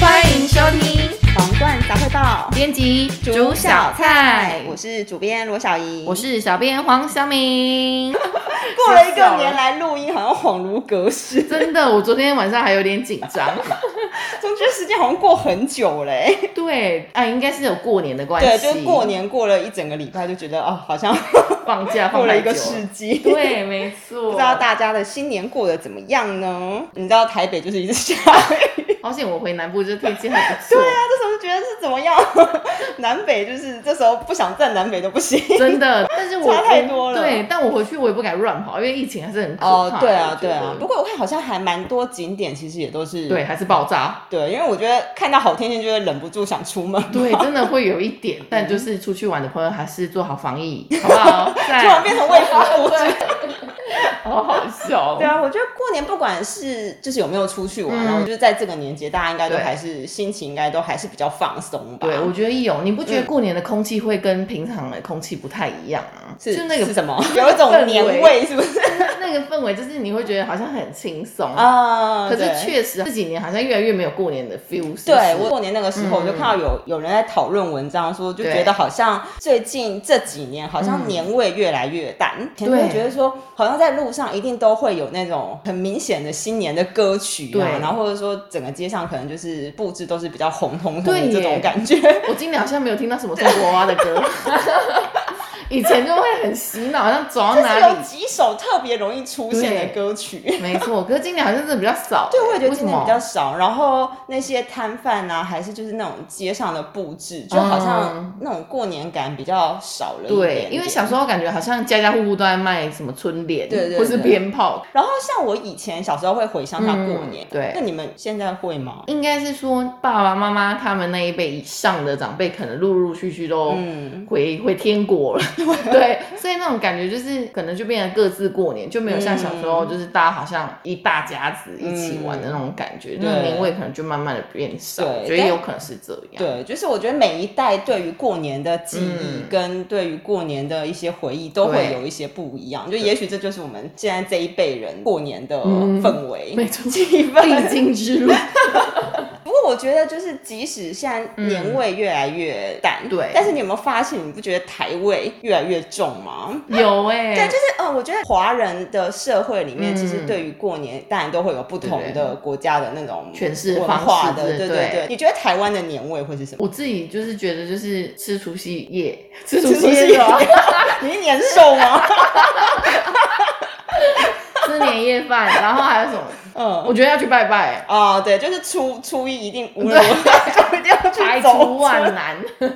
欢迎收听皇冠杂烩报，编辑煮小菜，我是主编罗小怡。我是小编黄小明。 过了一个年来录音，好像恍如 隔世，真的，我昨天晚上还有点紧 张。总觉得时间好像过很久嘞、对，啊，应该是有过年的关系，对，就是过年过了一整个礼拜，就觉得哦，好像放假放过了一个太久世纪。对，没错。不知道大家的新年过得怎么样呢？你知道台北就是一直下 雨，好险我回南部，这天气还不错对，啊，这时候就觉得是怎么样？ 南北就是这时候不想站南北都不 行。真的。但是我 差太多了对，但我回去我也不敢乱跑，因为疫情还是很可怕。哦，对我啊，觉对得啊。不过我看好像还蛮多景点，其实也都是对，还是爆炸。对，因为我觉得看到好天气就会忍不住想出门。 对，真的会有一嗯点，但就是出去玩的朋友还是做好防 疫，好不好？突突然变成卫 福部。好好笑哦。对啊，我觉得过年不管是就是有没有出去玩，嗯然后就是在这个年节，大家应该都对还是心情应该都还是比较放松吧。对，我觉得有，你不嗯觉得过年的空气会跟平常的空气不太一样吗？是就那个是什么，有一种氛年围味，是不是？ 那个氛围，就是你会觉得好像很轻松，啊，可是对确实这几年好像越来越没有过年的 feel 是不是。对我过年那个时候，嗯我就看到有有人在讨论文章说，就觉对得好像最近这几年好像年味越来越淡，以前就会对觉得说好像在路上一定都会有那种很明显的新年的歌曲对啊，然后或者说整个街上可能就是布置都是比较红彤彤对的这耶种感觉。我今年好像没有听到什么中国娃娃的 歌，以前就会很洗脑，好像走到就是哪 有里。几首特别容易出现的歌曲，没错，可是今年好像真的比较少、欸对，我也觉为得什今年比较么？少。然后那些摊贩啊，还是就是那种街上的布置，就好像那种过年感比较少了一点嗯对点，因为小时候感觉好像家家户户都在卖什么春联，对对或是对鞭炮，然后像我以前小时候会回乡下过年，嗯对那你们现在会吗？应该是说爸爸妈妈他们那一辈以上的长辈，可能陆陆续续都嗯回、 回天国了，对，所以那种感觉就是可能就变成各自过年，就没有像小时嗯候就是大家好像一大家子一起玩的那种感觉，那个年味可能就慢慢的变少，对我觉得也有可能是这样。对，就是我觉得每一代对于过年的记忆跟对于过年的一些回忆都会嗯对有一些不一样，就也许这就是我们现在这一辈人过年的嗯氛围。没错， 气必氛。经之路。不过我觉得，就是即使现在年味越来越淡，嗯对但是你有没有发现，你不觉得台味越来越重吗？有哎、 对，就是呃，我觉得华人的社会里面，嗯其实对于过年，当然都会有不同的国家的那种诠释文方式化的，之类对对对。你觉得台湾的年味会是什么？ 我自己就是觉得就是吃除夕夜，吃除除夕夕夜夜 啊，你是年兽 吗？吃年夜饭，然后还有什么？嗯。我觉得要去拜拜、欸哦，对，就是初初一一定无论如何 就一定要去排走除村万。哦难。 我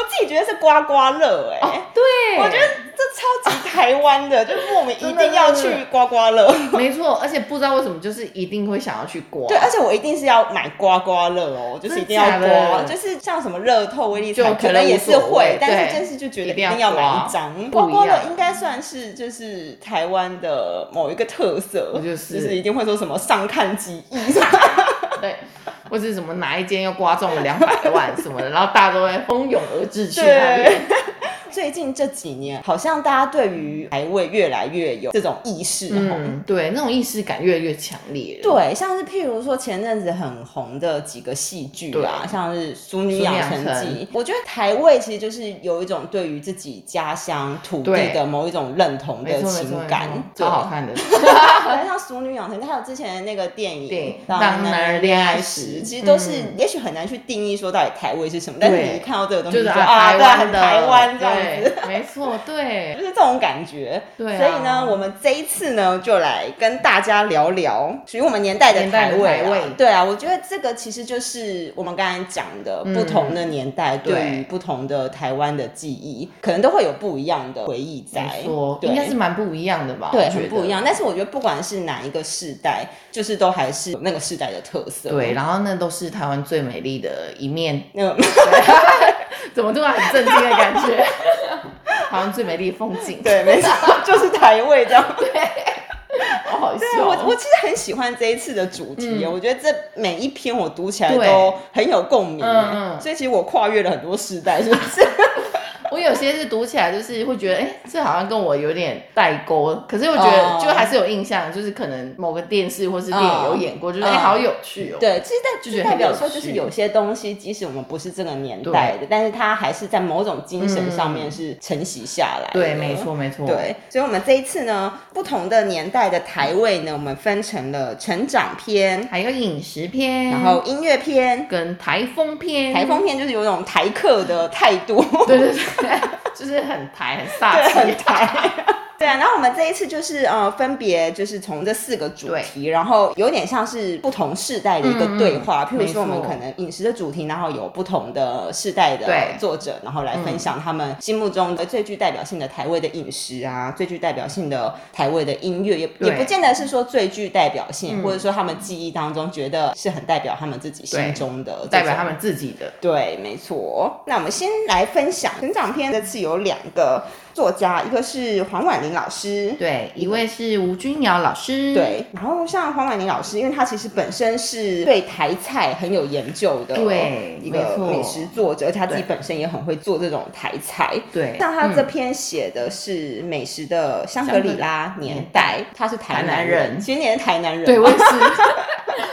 自己觉得是刮刮乐，哎，对，我觉得这超级台湾的，就是我们一真的定要真的去刮刮乐。没错，而且不知道为什么，就是一定会想要去刮。对，而且我一定是要买刮刮乐哦，就是一定要真的假刮，的就是像什么乐透、威力彩，就觉可得能也是无所会谓，但对是就是就觉得一一定要定要买刮一张。不一刮样刮乐应该算是就是台湾的某一个特色，我就就是一定会说什么上看几亿，对，或是什么哪一间又刮中了两百万什么的，然后大家都会蜂拥而至去那对边。。最近这几年，好像大家对于台味越来越有这种意识哈。嗯，对，那种意识感越来越强烈了。对，像是譬如说前阵子很红的几个戏剧啊，像是《淑女养成淑女养记》，我觉得台味其实就是有一种对于自己家乡土地对的某一种认同的没错没情错，没感错，哦对超好看 的。对像《熟女养成记》，还有之前的那个电影电影当男人恋爱时》，其实都是、也许很难去定义说到底台味是什么，但是嗯对你一看到这个东西就就是觉得啊啊，台对啊，很湾的台湾这样子。对，没错， 对，就是这种感觉，对啊所以呢，我们这一次呢，就来跟大家聊聊属于我们年代的年代台的味啊、台味对啊，我觉得这个其实就是我们刚才讲的，嗯不同的年代对于不同的台湾的记忆，可能都会有不一样的回忆在没错，，对应该是蛮不一样的吧？对我觉很得不一。样。但是我觉得不管是哪一个世代，就是都还是有那个世代的特色。对，，然后那都是台湾最美丽的一面。 那 个 怎么突然很震惊的感觉？ 台湾最美丽的风景。对，没错，就是台味这样。好好笑对，我哦。我其实很喜欢这一次的主题，我觉得这每一篇我读起来嗯对都很有共鸣，嗯嗯 所以其实我跨越了很多时代，是不是？我我有些是读起来就是会觉得，哎、这好像跟我有点代沟，可是我觉得哦就还是有印象，就是可能某个电视或是电影有演过，就是哎、嗯好有趣哦。对，其实代就就觉得代很表有说，就是趣有些东西，即使我们不是这个年代的，但是它还是在某种精神上面是承袭下来嗯的。对，没错，没错。对，所以，我们这一次呢，不同的年代的台位呢，我们分成了成长篇，还有饮食篇，然后音乐篇、跟台风篇，台风篇，就是有一种台客的态度。 对对对， 就是很台很飒对气， 很台。 对啊，然后我们这一次就是呃，分别就是从这四个主题，然后有点像是不同世代的一个对话。譬如说，我嗯没们错可能饮食的主题，然后有不同的世代的对嗯作者，然后来分享他们心目中的最具代表性的台味的饮食啊，最具代表性的台味的音乐，也也对嗯不见得是说最具代表性，或者说他们记忆当中觉得是很代表他们自己对心中的，代表他们自己的。对，没错。那我们先来分享成长篇，这次有两个作家，一个是黄婉玲老师。对，一位是吴君瑶老师，，对，然后像黄婉玲老师，因为她其实本身是对台菜很有研究的，对一没个错美食作者，而且她自己对本身也很会做这种台菜。对嗯像她这篇写的是美食的香格里拉年代，她是台台南南人，人其实你也是台南人，对我也是。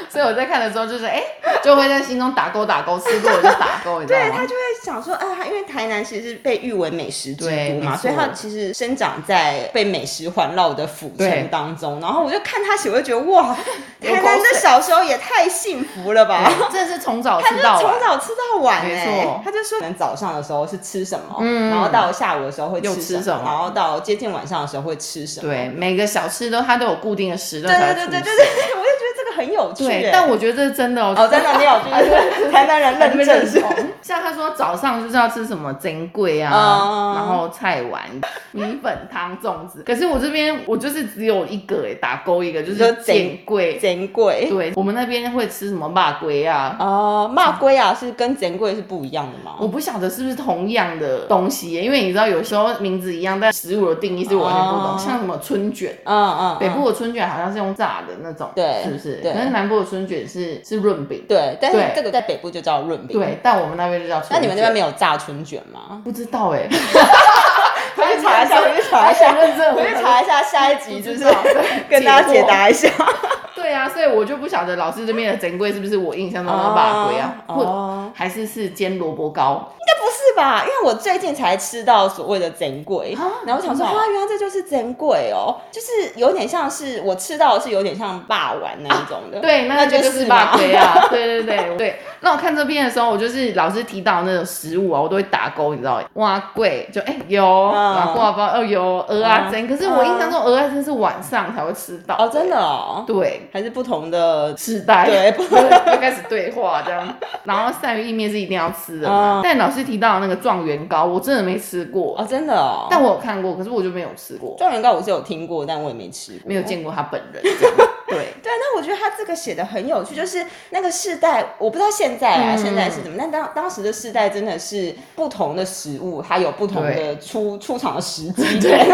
所以我在看的时候，就是哎、就会在心中打勾打勾，吃过我就打勾，你知对道他吗？就会想说，啊，他因为台南其实是被誉为美食之对都嘛，没错所以他其实生长在被美食环绕的府对城当中。然后我就看他写，我就觉得哇，流口台南这水小时候也太幸福了吧！对 真的哎是从早他就吃到从晚，早吃到晚没哎、错他就说，可能早上的时候是吃什么，嗯然后到下午的时候会又吃吃什么，什么然后到接近晚上的时候会吃什么。对，每个小吃都它都有固定的时段对才对会对出对对现对，我就觉得这个很有趣、对哎但我觉得这是真的哦，哦，真的你有 就是台南人认证是吗。像他说早上就是要吃什么珍贵啊，哦然后菜丸、米粉汤、粽子。可是我这边我就是只有一个哎、打勾一个，就你说是珍珍贵。珍贵。对我们那边会吃什么霸龟啊，哦，骂龟啊是跟珍贵是不一样的吗？我不晓得是不是同样的东西耶，因为你知道有时候名字一样，但食物的定义是我完全不懂。哦像什么春卷，嗯嗯，北嗯部的春卷好像是用炸的那种，对是不是？对可是南部的春卷是是润饼，对，但对是这个在北部就叫润饼。，对，但我们那边就叫春那你们那边没没有炸春卷吗？不知道 哎，回去查一下，回去查还一下，想认证我回去查一下下一集，就是不知道对 跟大家解答一下。对啊，所以我就不晓得老师这边的珍贵是不是我印象中的法规啊，哦或哦还是是煎萝卜糕，应该不是吧？因为我最近才吃到所谓的珍贵啊，然后我想说，真的哦哇，原来这就是珍贵哦，就是有点像是我吃到的是有点像霸丸那一种的。对，那那个就就是是霸嘛龟啊，对对对对。那我看这边的时候，我就是老师提到那种食物啊，我都会打勾，你知道吗？蛙贵就哎、有，嗯然后挂包哦有鹅啊嗯蒸，可是我印象中鹅啊蒸是晚上才会吃到哦，真的哦，对。还是不同的痴呆，对就开始对话这样，然后鳝鱼意面是一定要吃的嘛。嗯但老师提到那个状元糕，我真的没吃过，哦，真的哦。但我有看过，可是我就没有吃过，状元糕我是有听过，但我也没吃过，没有见过他本人。这样对，对，啊那我觉得他这个写的很有趣，就是那个世代，我不知道现在嗯啊，现在是怎么，但当当时的世代真的是不同的食物，它有不同的出出场的时 机 点，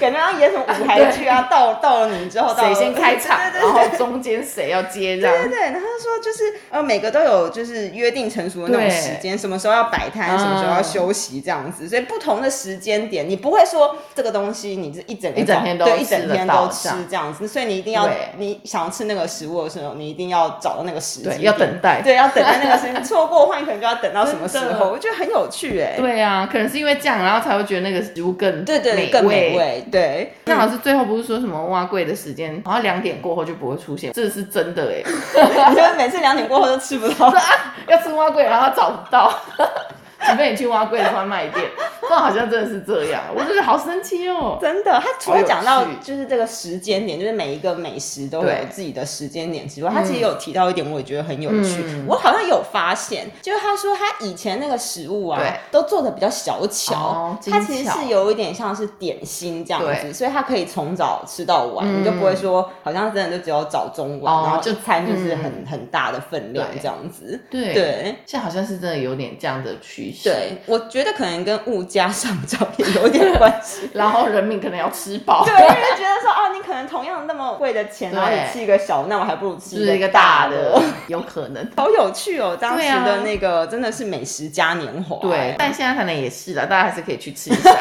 感觉像演什么舞台剧啊，到到了你之后，到谁了先开场，哦哦对对然后中间谁要接这样对。对对，然后他说就是呃，每个都有就是约定成熟的那对种时间，什么时候要摆摊，嗯什么时候要休息这样子，所以不同的时间点，你不会说这个东西你是一整个一整天都对一吃得整天到都这吃样这样子，所以你一定要对你想要吃那个食物的时候，你一定要找到那个时机对点，要等待对，要等待那个时间，错过的话你可能就要等到什么时真的候，我觉得很有趣哎、对啊，可能是因为这样，然后才会觉得那个食物更对对，美更美。味，对。 那老师最后不是说什么挖柜的时间，好像两点过后就不会出现，这是真的哎、你就每次两点过后都吃不到， 要吃挖柜，然后找不到， 除非你去挖柜的专卖 店，不然好像真的是这样，我觉得好生气哦。真的，他除了讲好到有趣就是这个时间点，就是每一个美食都有对自己的时间点之外，他其实有提到一点，我也觉得很有趣。嗯我好像有发现，就是他说他以前那个食物啊对，都做的比较小巧，哦它其精实巧是有一点像是点心这样对子，所以它可以从早吃到晚，嗯你就不会说好像真的就只有早中晚，哦然后就餐就是很、嗯很大的分量对这样子。对，对现在好像是真的有点这样的趋势。对，我觉得可能跟物价家上照也有点关系。然后人民可能要吃饱， 对，因为觉得说啊，你可能同样那么贵的钱，然后你对吃一个小，那我还不如吃就是一个大大的，有可 能。好有趣哦！当时对啊的那个真的是美食嘉年华，对，但现在可能也是了，大家还是可以去吃一 下。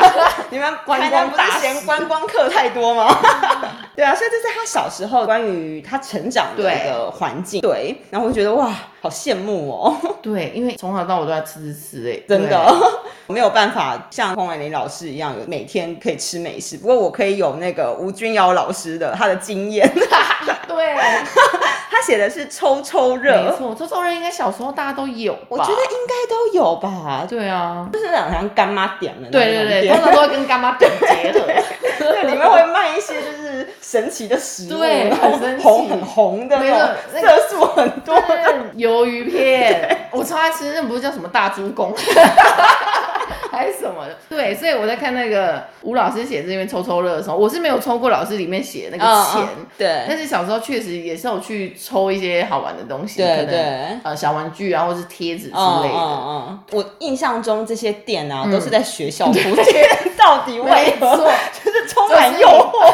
你们观台光南不大是使嫌观光客太多吗？ 对啊，所以这是他小时候关于他成长的一个环境。对，然后我就觉得哇，好羡慕 哦，对，因为从小到我都在吃吃吃、欸，哎，真的。我没有办法像黄婉玲老师一样有每天可以吃美食，不过我可以有那个吴君瑶老师的他的经验， 对， 他写的是抽抽没热，错，这种人应该小时候大家都有吧？我觉得应该都有吧，对啊，就是好像干妈点的那种对对对，店 通常都会跟干妈饼结合。对，里面会卖一些就是神奇的食物，对然后很神奇红很红的没错那种，那个色素很多。 对鱿鱼片，我超爱吃，那不是叫什么大猪公， 还是什么的？对，所以我在看那个吴老师写这边抽抽乐的时候，我是没有抽过老师里面写的那个钱。对但是小时候确实也是有去抽一些好玩的东西，对可能对呃小玩具啊，或是贴纸之类的。嗯嗯嗯嗯，我印象中这些店啊，都是在学校附近，到底为没何错， 就是充满诱惑，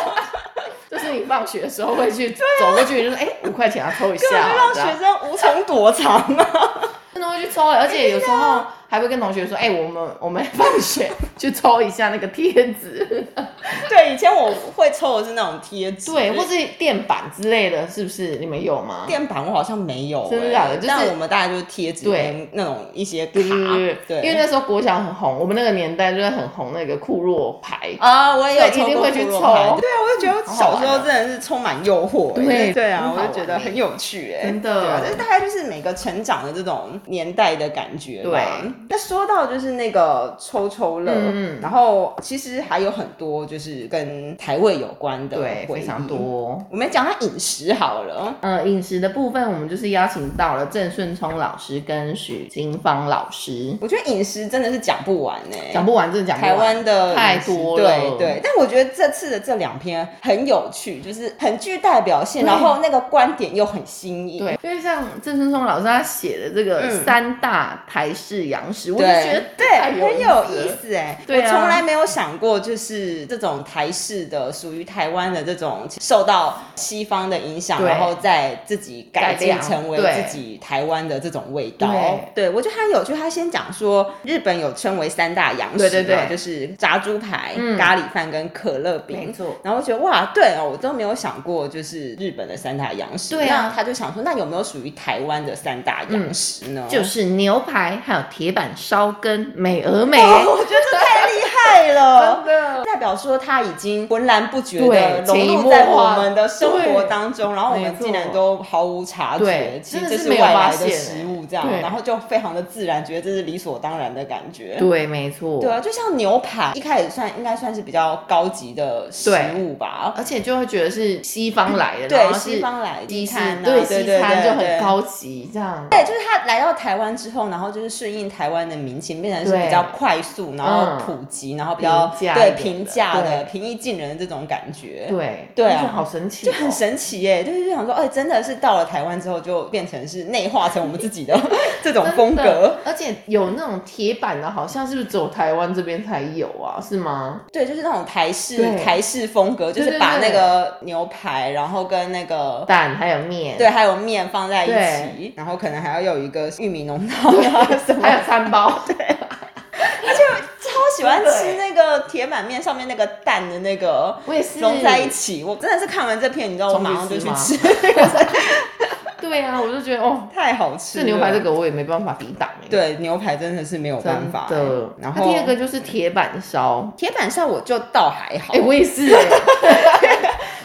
就是你放学的时候会去走过去，就是哎五块钱要抽一下根本就啊，让这样学生无从躲藏 啊！真的会去抽，而且有时候还会跟同学说，哎、我们我们放学去抽一下那个贴纸，对，以前我会抽的是那种贴 纸，对，或是垫板之类的，是不是？你们有吗？电板我好像没有欸，真的假的就是但我们大概就是贴纸对跟那种一些卡，对对对，因为对。那时候国小很红，我们那个年代就是很红那个库洛牌，啊，我也有对抽一定过会去骷髅抽牌对啊，我就觉得好好小时候玩啊真的是充满诱惑欸，对对啊很，好我玩就觉得欸很有趣哎，真的对啊，就是大概就是每个成长的这种年代的感觉吧。对那说到就是那个抽抽乐，嗯然后其实还有很多就是跟台味有关的，对，非常。多。我们讲到饮食好了，呃，饮食的部分，我们就是邀请到了郑顺聪老师跟许金芳老师，我觉得饮食真的是讲不完哎，讲不完，真的讲不台完。湾的太饮食多了对对。但我觉得这次的这两篇很有趣，就是很具代表性，然后那个观点又很新颖。对，因为像郑顺聪老师他写的这个嗯三大台式洋食，我就觉对得对，太很有有意思意思哎、对我啊从来没有想过，就是这种台式的属于台湾的这种受到西方的影响，对然后再自己改改变良成为对自己台湾的这种味道对。对，我觉得他有趣。他先讲说，日本有称为三大洋食对嘛，对对就是炸猪排、嗯咖喱饭跟可乐饼。没错然后我觉得哇，对哦，我都没有想过，就是日本的三大洋食。对啊那他就想说，那有没有属于台湾的三大洋食呢？就是牛排，还有铁板烧跟美而美，哦我觉得这太厉害了。的代表说他已经浑然不觉的对融潜移入默在我化们的生活对当中，然后我们没错竟然都毫无察觉对，其实真这的是是没外有来发的现食欸物这样，对然后就非常的自然，觉得这是理所当然的感觉。 对，没错，对啊，就像牛排，一开始算应该算是比较高级的食物吧，而且就会觉得是西方来的，然对，后西是方来西西餐式，啊，对对西对餐对就对很高级，这样对，就是他来到台湾之后，然后就是顺应台湾的民情，变成是比较快速，然后普及，然后比较嗯平价对一点的平价的、对平易近人的这种感觉，对对啊就好神奇就哦，很神奇耶！就是就想说，哎、真的是到了台湾之后，就变成是内化成我们自己的 这种风真格的。，而且有那种铁板的，好像是不是只有台湾这边才有啊？是吗？对，就是那种台式对台式风格，就对是对把那对个牛排，然后跟那个蛋还有面，对，，还啊有面放在一起对，然后可能还要有一个玉米浓汤啊什么还有餐包，超喜欢吃对那个铁板面上面那个蛋的那个我也 是融在一起。我真的是看完这片，你知道，我终于马上就去吃吃，对啊，我就觉得哦，太好吃这了。牛排这个我也没办法抵挡哎，啊对牛排真的是没有办真法。欸的。那然后哦第二个就是铁板烧，铁板烧我就倒还好，哎，我也是 哎，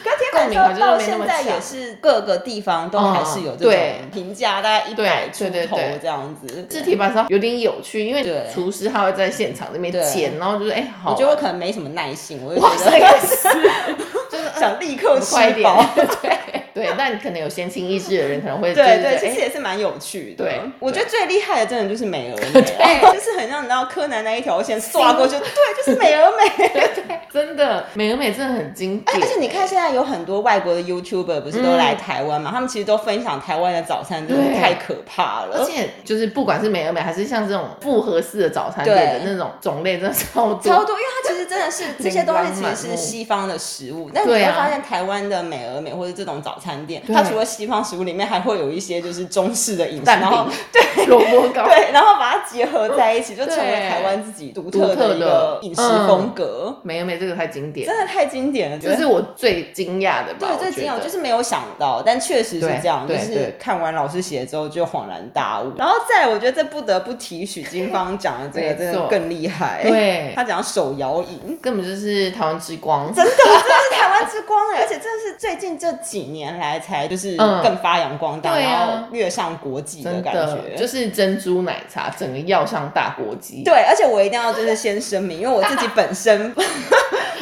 跟铁板共鸣好像烧到没那现么在强也是各个地方都还是有这种嗯评价，大概一百对出对对头对这样子。这铁板烧有点有趣，因对为厨师他会在现场那边对煎，然后就是哎，好我啊，觉得我可能没什么耐性，我 就哇觉塞，这得个是就是 想立刻快一吃点饱。， 对。对，但可能有闲情逸致的人可能会对就是觉对，得哎其实也是蛮有趣的。对我觉得最厉害的真的就是美而美， 对就是很让你知道柯南那一条线刷过去，对，就是美而 美。哎真的美而美真的很经典，而且你看，现在有很多外国的 YouTuber 不是都来台湾嘛？他们其实都分享台湾的早餐，真的嗯对太可怕而了。且就是不管是美而美还是像这种复合式的早餐店的那种种类，真的超多。超多，因为它其实真的是这些东西，其琳琅满实目是西方的食物，但你对会啊发现台湾的美而美或者这种早餐店，对它除了西方食物里面，还会有一些就是中式的饮食，蛋然后饼对 萝卜糕，对，然后把它结合在一起，就成为对台湾自己独独特的特一的个饮食嗯风格，美而美这个太经典，真的太经典了，觉这得是我最惊讶的吧？对，我最觉惊讶得就是没有想到，但确实是对这样，就对是对看完老师写之后就恍然大悟。然后再来，我觉得这不得不提许金芳讲的这个没真的错更厉害，对他讲手摇饮。根本就是台湾之光， 真的，真的是台湾之光哎！而且真的是最近这几年来才就是嗯更发扬光大，对啊然后跃上国际的真感的觉。就是珍珠奶茶整个要上大国际。对，而且我一定要就是先声明，因为我自己本身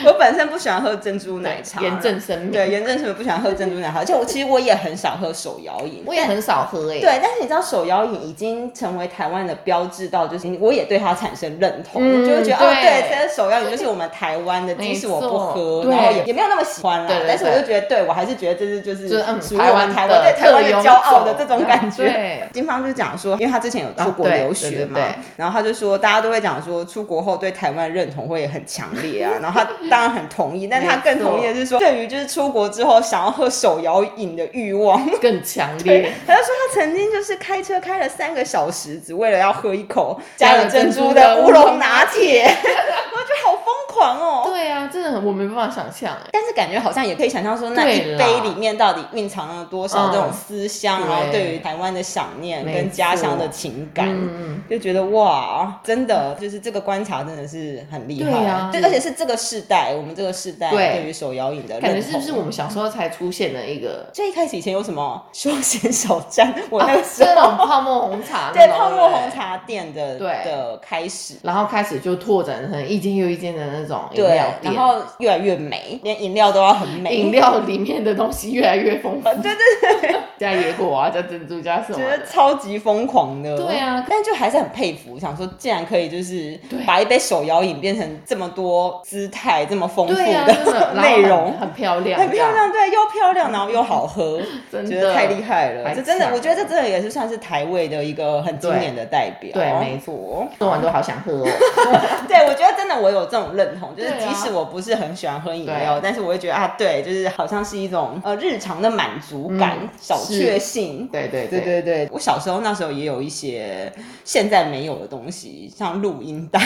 我本身不喜欢喝珍珠奶茶，严正声明，对严正是不是不喜欢喝珍珠奶茶，而且我其实我也很少喝手摇饮，我也很少喝诶、欸。对，但是你知道手摇饮已经成为台湾的标志到，就是我也对它产生认同，嗯就会觉得哦，对对，这个手摇饮就是我们台 湾的，没即使我不喝，错然后对也也没有那么喜欢啦，对对但是我对就觉得，对我还是觉得这是就是就是嗯属于我们台台湾湾对的台湾的特有骄傲的种这种感觉。对，金芳就讲说，因为他之前有出国啊对留学嘛，对对对然后他就说，大家都会讲说，出国后对台湾认同会很强烈 啊。然后他当然很同意，但他更同意的是说，对于就是出国之后想要喝手摇饮的欲望，更强烈。他就说他曾经就是开车开了三个小时，只为了要喝一口加加了了珍珍珠珠的的乌乌龙龙拿拿 铁，我觉得好疯狂哦。对啊，真的很我没办法想象哎、但是感觉好像也可以想象说，那对一啦杯里面到底蕴藏了多少嗯这种思乡，对然后对于台湾的想念没跟家乡的情感。嗯，就觉得哇，真的就是这个观察真的是很厉害，对啊就而且是这个世代，我们这个世代对对于手摇饮的感认觉是同，不是我们小时候才出现的一个？最一开始以前有什么休 闲小站，我那个时是候、那种泡沫红茶，对那种泡沫对红茶店的对的开始。然后开始就拓展成一间又一间的那种饮对料，然店，后越来越美，连饮料都要很美。饮料里面的东西越来越丰富，对对对，加野果啊，加珍珠，加什么觉得的？超级疯狂的。对啊但就还是很佩服，想说竟然可以就是对把一杯手摇饮变成这么多姿态、这么丰富对啊，真 的，然后内很容，很漂亮，很漂。亮，对，又漂亮，然后又好喝，真的觉得太厉害了。太这真的，强了我觉得这真的也是算是台味的一个很经典的代表。对没错。说完都好想 喝哦，对，我觉得真的我有这种认同，就是对啊即使我不是很喜欢喝饮料，但是我会觉得啊，对，就是好像是一种呃日常的满足感、嗯小是确幸。对对对对对，我小时候那时候也有一些现在没有的东西，像录音 带。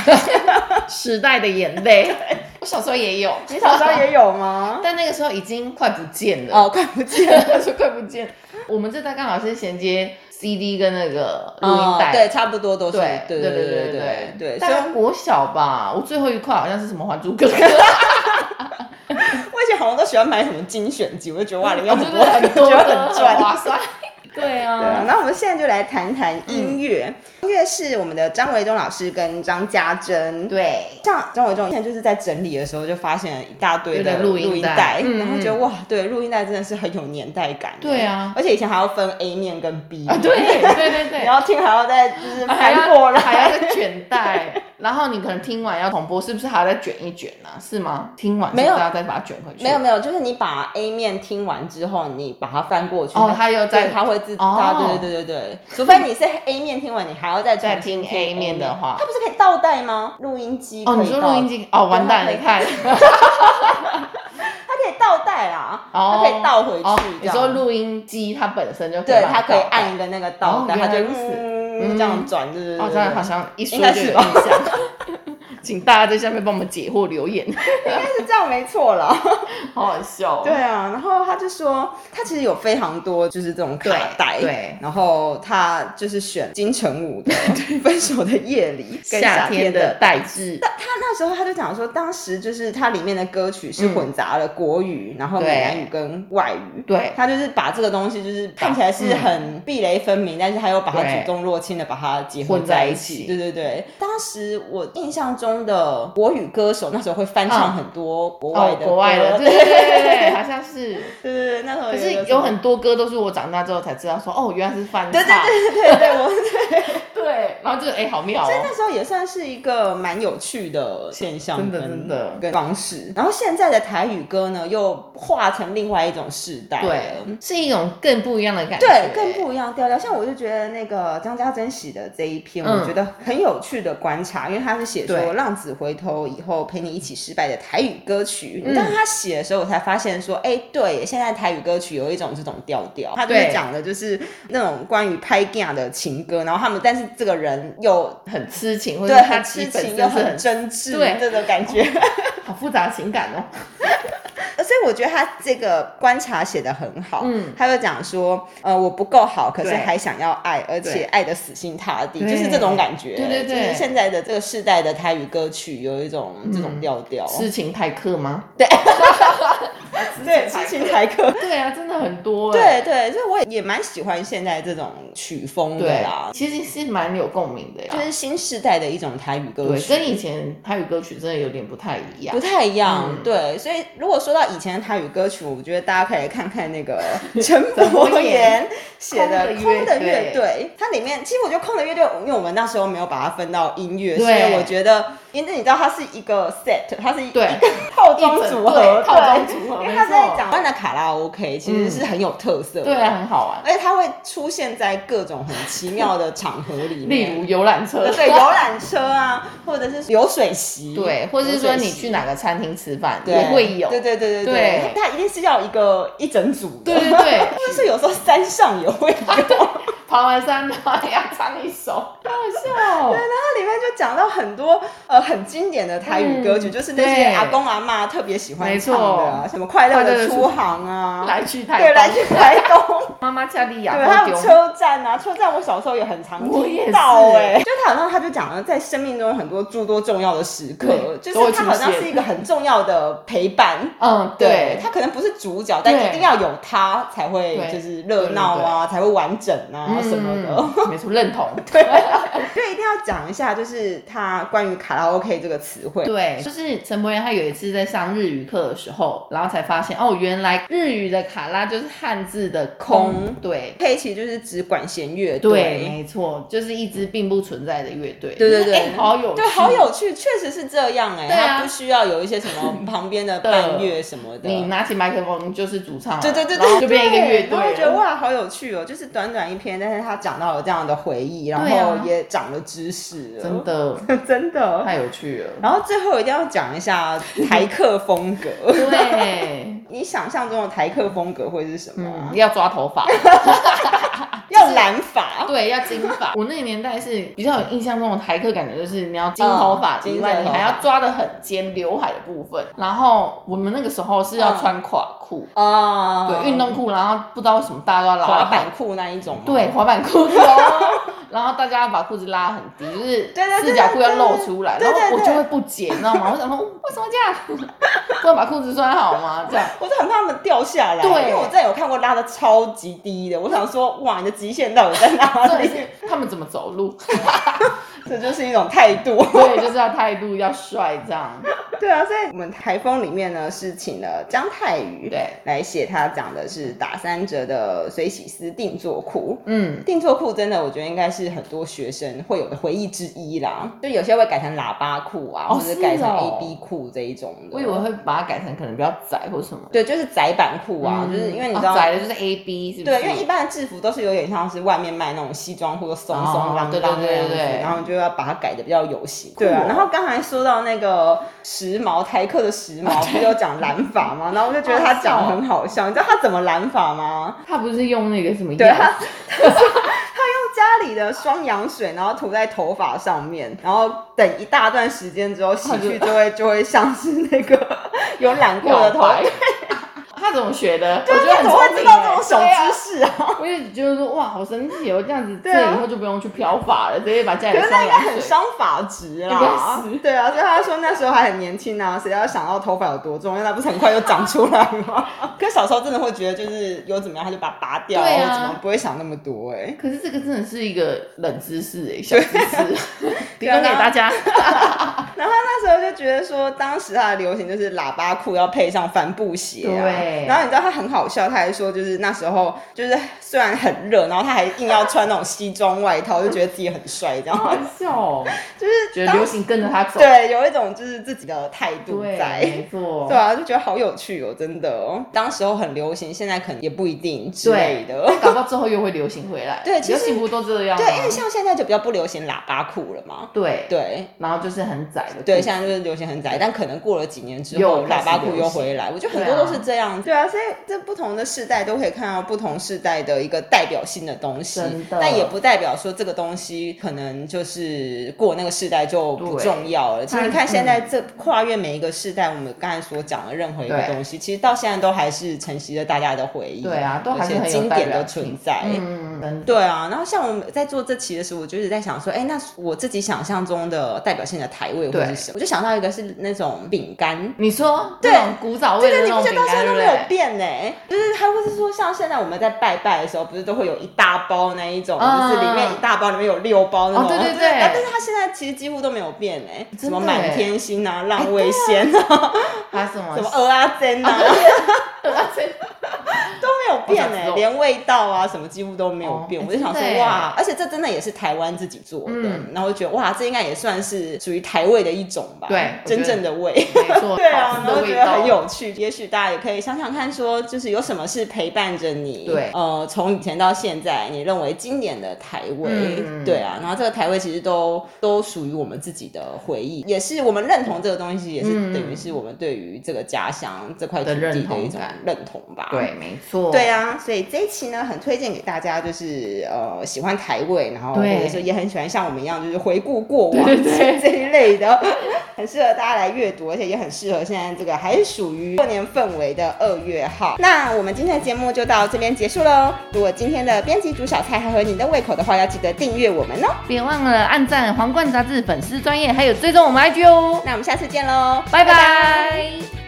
时代的眼泪，我小时候也有，你小时候也有吗？ 但那个时候已经快不见了， 哦，快不见 了。他说快不见。 我们这代刚好是衔接 CD 跟那个录音哦带，对，差不多都是，对对对对对对对。大所以概国小吧，我最后一块好像是什么《还珠格格》，我以前好像都喜欢买什么精选集，我就觉得哇，里面有我很觉得多很觉多得的很赚。划算。对对啊啊，，那我们现在就来谈谈音乐。音乐是我们的张维忠老师跟张家珍。对，像张维忠现在就是在整理的时候，就发现了一大堆有的点录录音音带带，嗯然后觉得哇，对，录音带真的是很有年代感。对啊而且以前还要分 A 面跟 B 面，啊， 对对对对，然后听还要再就是还翻过要来，还要再卷 带，然后你可能听完要重播，是不是还要再卷一卷呢、啊？是吗？听完是不没是有要再把它卷回去？没有，没有，就是你把 A 面听完之后，你把它翻过去，哦它又在对它会自，哦它对对对对对，除非你是 A 面听完，你还要再重再新听 A 面的话它不是可以倒带吗？录音机哦，可你以说倒录音，机哦，完蛋，你看， 它可以倒带啦，哦，它可以倒回哦去，你说录音机它本身就可以对，让它可以倒带按一个那个倒带，哦它就原来如此嗯嗯这样转，对对对哦，对这样对好像一说应该就是有印吧象， 请大家在下面帮我们解惑留 言，应该哎是这样没错啦。好好笑、哦。对啊，然后他就说，他其实有非常多就是这种卡带，对对然后他 就是选金城武的《分手的夜里》跟夏天的的。代志，但他那那时候他就讲说，当时就是它里面的歌曲是混杂了国语，然后对闽南语跟外语。对他就是把这个东西，就是看起来是很壁垒分明，但是他又把它对祖宗若亲的把它结合混在在一一起起。对对对，当时我印象中的国语歌手那时候会翻唱嗯很多国外哦，的国外的，歌对对对对，好像是。 对对对，那时候可一个是什有么 很多歌都是我长大之后才知道说，哦，原来是翻唱。对对对对对对，我对然后就哎、好妙所以哦。那时候也算是一个蛮有趣的现象真 跟，的真的跟方式。然后现在的台语歌呢，又化成另外一种世代了，嗯对，是一种更不一样的感觉。对，更不一样调调。像我就觉得那个张家珍写的这一篇，嗯我觉得很有趣的观察，因为他是写对说浪子回头以后陪你一起失败的台语歌曲。嗯但他写的时候，我才发现说，哎、对耶，现在台语歌曲有一种这种调调，他就是对讲的就是那种关于拍 g 的情歌，然后他们但是这个人又。很痴情，或者对，是他很自己痴本情身又是很很真挚，对这种感觉。好复杂的情感哦。所以我觉得他这个观察写的很好，嗯嗯，他就讲说，呃，我不够好，可是对还想要爱，而对且爱的死心塌地，对就是这种感觉，对对对嗯就是现在的这个世代的台语歌曲有一种这种调调，痴情派克吗？ 啊对，痴情台客，对啊，真的很多、哎。对对，所以我也也蛮喜欢现在这种曲风的对啦，其实是蛮有共鸣的呀。就是新时代的一种台语歌对，曲，跟以前台语歌曲真的有点不太一样不。太一样，嗯对，所以如果说到以前的台语歌曲，我觉得大家可以来看看那个 陈柏柏言言写的《空空的的乐乐队队》，它里面其实我觉得《空的乐队》，因为我们那时候没有把它分到音乐，对所以我觉得，因为你知道它是一个 set，它是一对一个套装组合，一整对套装对组合没因为它错嗯在讲湾的卡拉 OK，其实是很有特色的，对啊，很好玩。而且它会出现在各种很奇妙的场合里面， 例如游览车，对游览车啊，或者是流水 席，对，或者是说流你水席去哪个餐厅吃饭对也会有。对对对对对对，它一定是要一个一整组的，对对 对或者是有时候山上也会有， 然后爬完山然后要唱一首，太好笑哦。它里面就讲到很多呃很经典的台语歌曲，嗯就是那些对阿公阿妈特别喜欢没唱的啊，错什么快乐快乐的的出出 航啊，来去对，台来东，去台 东。妈妈家里养对，还过有丢。车站啊，车站我小时候也很常我也是听到哎、就他好像他就讲了，在生命中很多诸多重要的时刻，对就都会是他好像出现是一个很重要的陪伴，嗯，对对，他可能不是主角，但对一定要有他才会对就是热闹啊，才会完整啊什么 的。嗯，没错，认 同。所以一定要讲一下，就是他关于卡拉 OK 这个词汇。对，就是陈柏霖，他有一次在上日语课的时候，然后才发现哦，原来日语的卡拉就是汉字的空空对，黑其实就是指管弦乐对，队，没错，就是一支并不存在的乐队。对对对哎好有趣，对，好。有趣，确实是这样哎、对啊他不需要有一些什 么旁边的伴乐什么的。你拿起麦克风就是主唱了，对对对然后对，就变一个乐对然后队我觉得了。哇，好有趣哦！就是短短一篇，但是他讲到了这样的回忆，然对啊后也长了知识了，真的 真的。哦太有趣了。然后最后一定要讲 一下台客风格。对， 你想象中的台客风格会是什么啊？嗯，要抓头 发，要染发，嗯 对，要金发。我那个年代是比较有印象中的台客，感觉就是你要金头发嗯以外，金色你头发还要抓的很尖刘海的部分。然后我们那个时候是要嗯穿垮裤，哦对，运动裤，然后不知道为什么大家都要拉滑到板裤那一种吗？对，滑板 裤哦，然后大家把裤子拉很低，就是对对对四角裤要露出来，对然对后对我就会不解，你知道吗？我想说为什么这样？ 不能把裤子穿好吗？这样。我都很怕他们掉下来，对因为我真的有看过拉的超级低的，我想说，哇，你的极限 到底在哪重点里？是他们怎么走路， 这就是一种态度。 对，就是要态度要帅这样，对啊，在我们台风里面呢，是请了姜泰宇对，来写，他讲的是打三折的水洗丝定做裤。嗯，定做裤真的，我觉得应该是很多学生会有的回忆之一啦。就有些会改成喇叭裤啊，哦或者改是成哦 A B 裤这一种的。我以为哦会把它改成可能比较窄或什么，对，就是窄版裤啊，就是因为你知道，哦窄的就是 A B 是不是？对，因为一般的制服都是有点像是外面卖那种西装裤，都松松哦浪对浪对那样子，对对对然后就要把它改的比较有型。酷哦对啊，然后刚才说到那个时髦台客的时 哦髦，不是有讲染发吗？然后我就觉得他讲得很好笑，你知道他怎么染发吗？他不是用那个什么对药他。用家里的双氧水，然后涂在头发上面，然后等一大段时间之后洗去，哦就会就会像是那 个有染过的药头发白，他怎么学的？我对觉得啊，很怎么会聪知明道欸这种小对啊知是啊。 我也觉得说哇，好神奇哦，这样子这对啊以后就不用去漂发了，直接把家里可的是那双应该氧很水。伤发质应啦该是，对啊，所以他说那时候还很年轻啊，谁要想到头发有多重要，那不是很快就长出来吗？ 可是小时候真的会觉得就是有怎么样他就把它拔掉，对啊或怎么样不会想那么多哎、可是这个真的是一个冷知识哎、小知识， 提对啊供给大家。 然后他那时候就觉得说，当时他的流行就是喇叭裤要配上帆布鞋啊。对然后你知道他很好笑，他还说就是那时候就是虽然很热，然后他还硬要穿那种西装外套，就觉得自己很帅这好样。好笑 哦，就是觉得流行跟着他走。 对，有一种就是自己的态度对，在。没错。对啊，就觉得好有趣哦，真的哦。当时候很流行，现在可能也不一定之类对的。搞到之后又会流行回来。对其流实行不都这样吗？啊对，因为像现 在就比较不流行喇叭裤了嘛。对，对，然后就是很窄的。对，，现在就是流行很窄，但可能过了几年之后，又开喇始叭裤流嗯又行回来。我觉得很对多啊都是这样子。对啊，所以这不同的世代都可以看到不同世代的一个代表性的东西真，的但也不代表说这个东西可能就是过那个世代就不对重要了。其实你嗯看现在这跨越每一个世代，我们刚才所讲的任何一个对东西，其实到现在都还是承袭着大家的回忆，对啊，都而还是且很有经代典表的性存在。嗯，真的对啊，然后像我们在做这期的时候，我就一直在想说，哎，那我自己想象中的代表性的台味会是对什么？我就想到一个是那种饼干。你说对这种古早味对，的你那不种觉饼得到干，现在对不都没有对？变呢、就是还或是说，像现在我们在拜拜的时候，不是都会有一大包那一种，嗯就是里面一大包，里面有六包那种。哦对对就对是但是它现在其实几乎都没有变呢、什么真的满欸天星啊、浪味仙啊、还有什么什么鹅啊 珍啊，都没有变我呢、想知道连味道啊什么几乎都没有变。哦我就想说真的耶哇，而且这真的也是台湾自己做的，嗯然后就觉得哇，这应该也算是属于台味的一种吧，对我觉真得正的味。没错， 对啊，好吃然的后味觉得道很。有趣。也许大家也可以想想看，说就是有什么是陪伴着你，对呃，从以前到现在，你认为经典的台味，嗯对啊，然后这个台味其实都都属于我们自己的回忆，也是我们认同这个东西，也是嗯等于是我们对于这个家乡这块土地的认的一同种感认同吧，对，没错。对啊，所以这一期呢，很推荐给大家，就是呃喜欢台味，然后或对者说也很喜欢像我们一样，就是回顾过往对对对这 一类的，很适合大家来阅读，而且也很适合现在这个还是属于过年氛围的二月号。那我们今天的节目就到这边结束喽。如果今天的编辑煮小菜还合你的胃口的话，要记得订阅我们哦。别忘了按赞皇冠杂志粉丝专业，还有追踪我们 IG 哦。那我们下次见喽，拜拜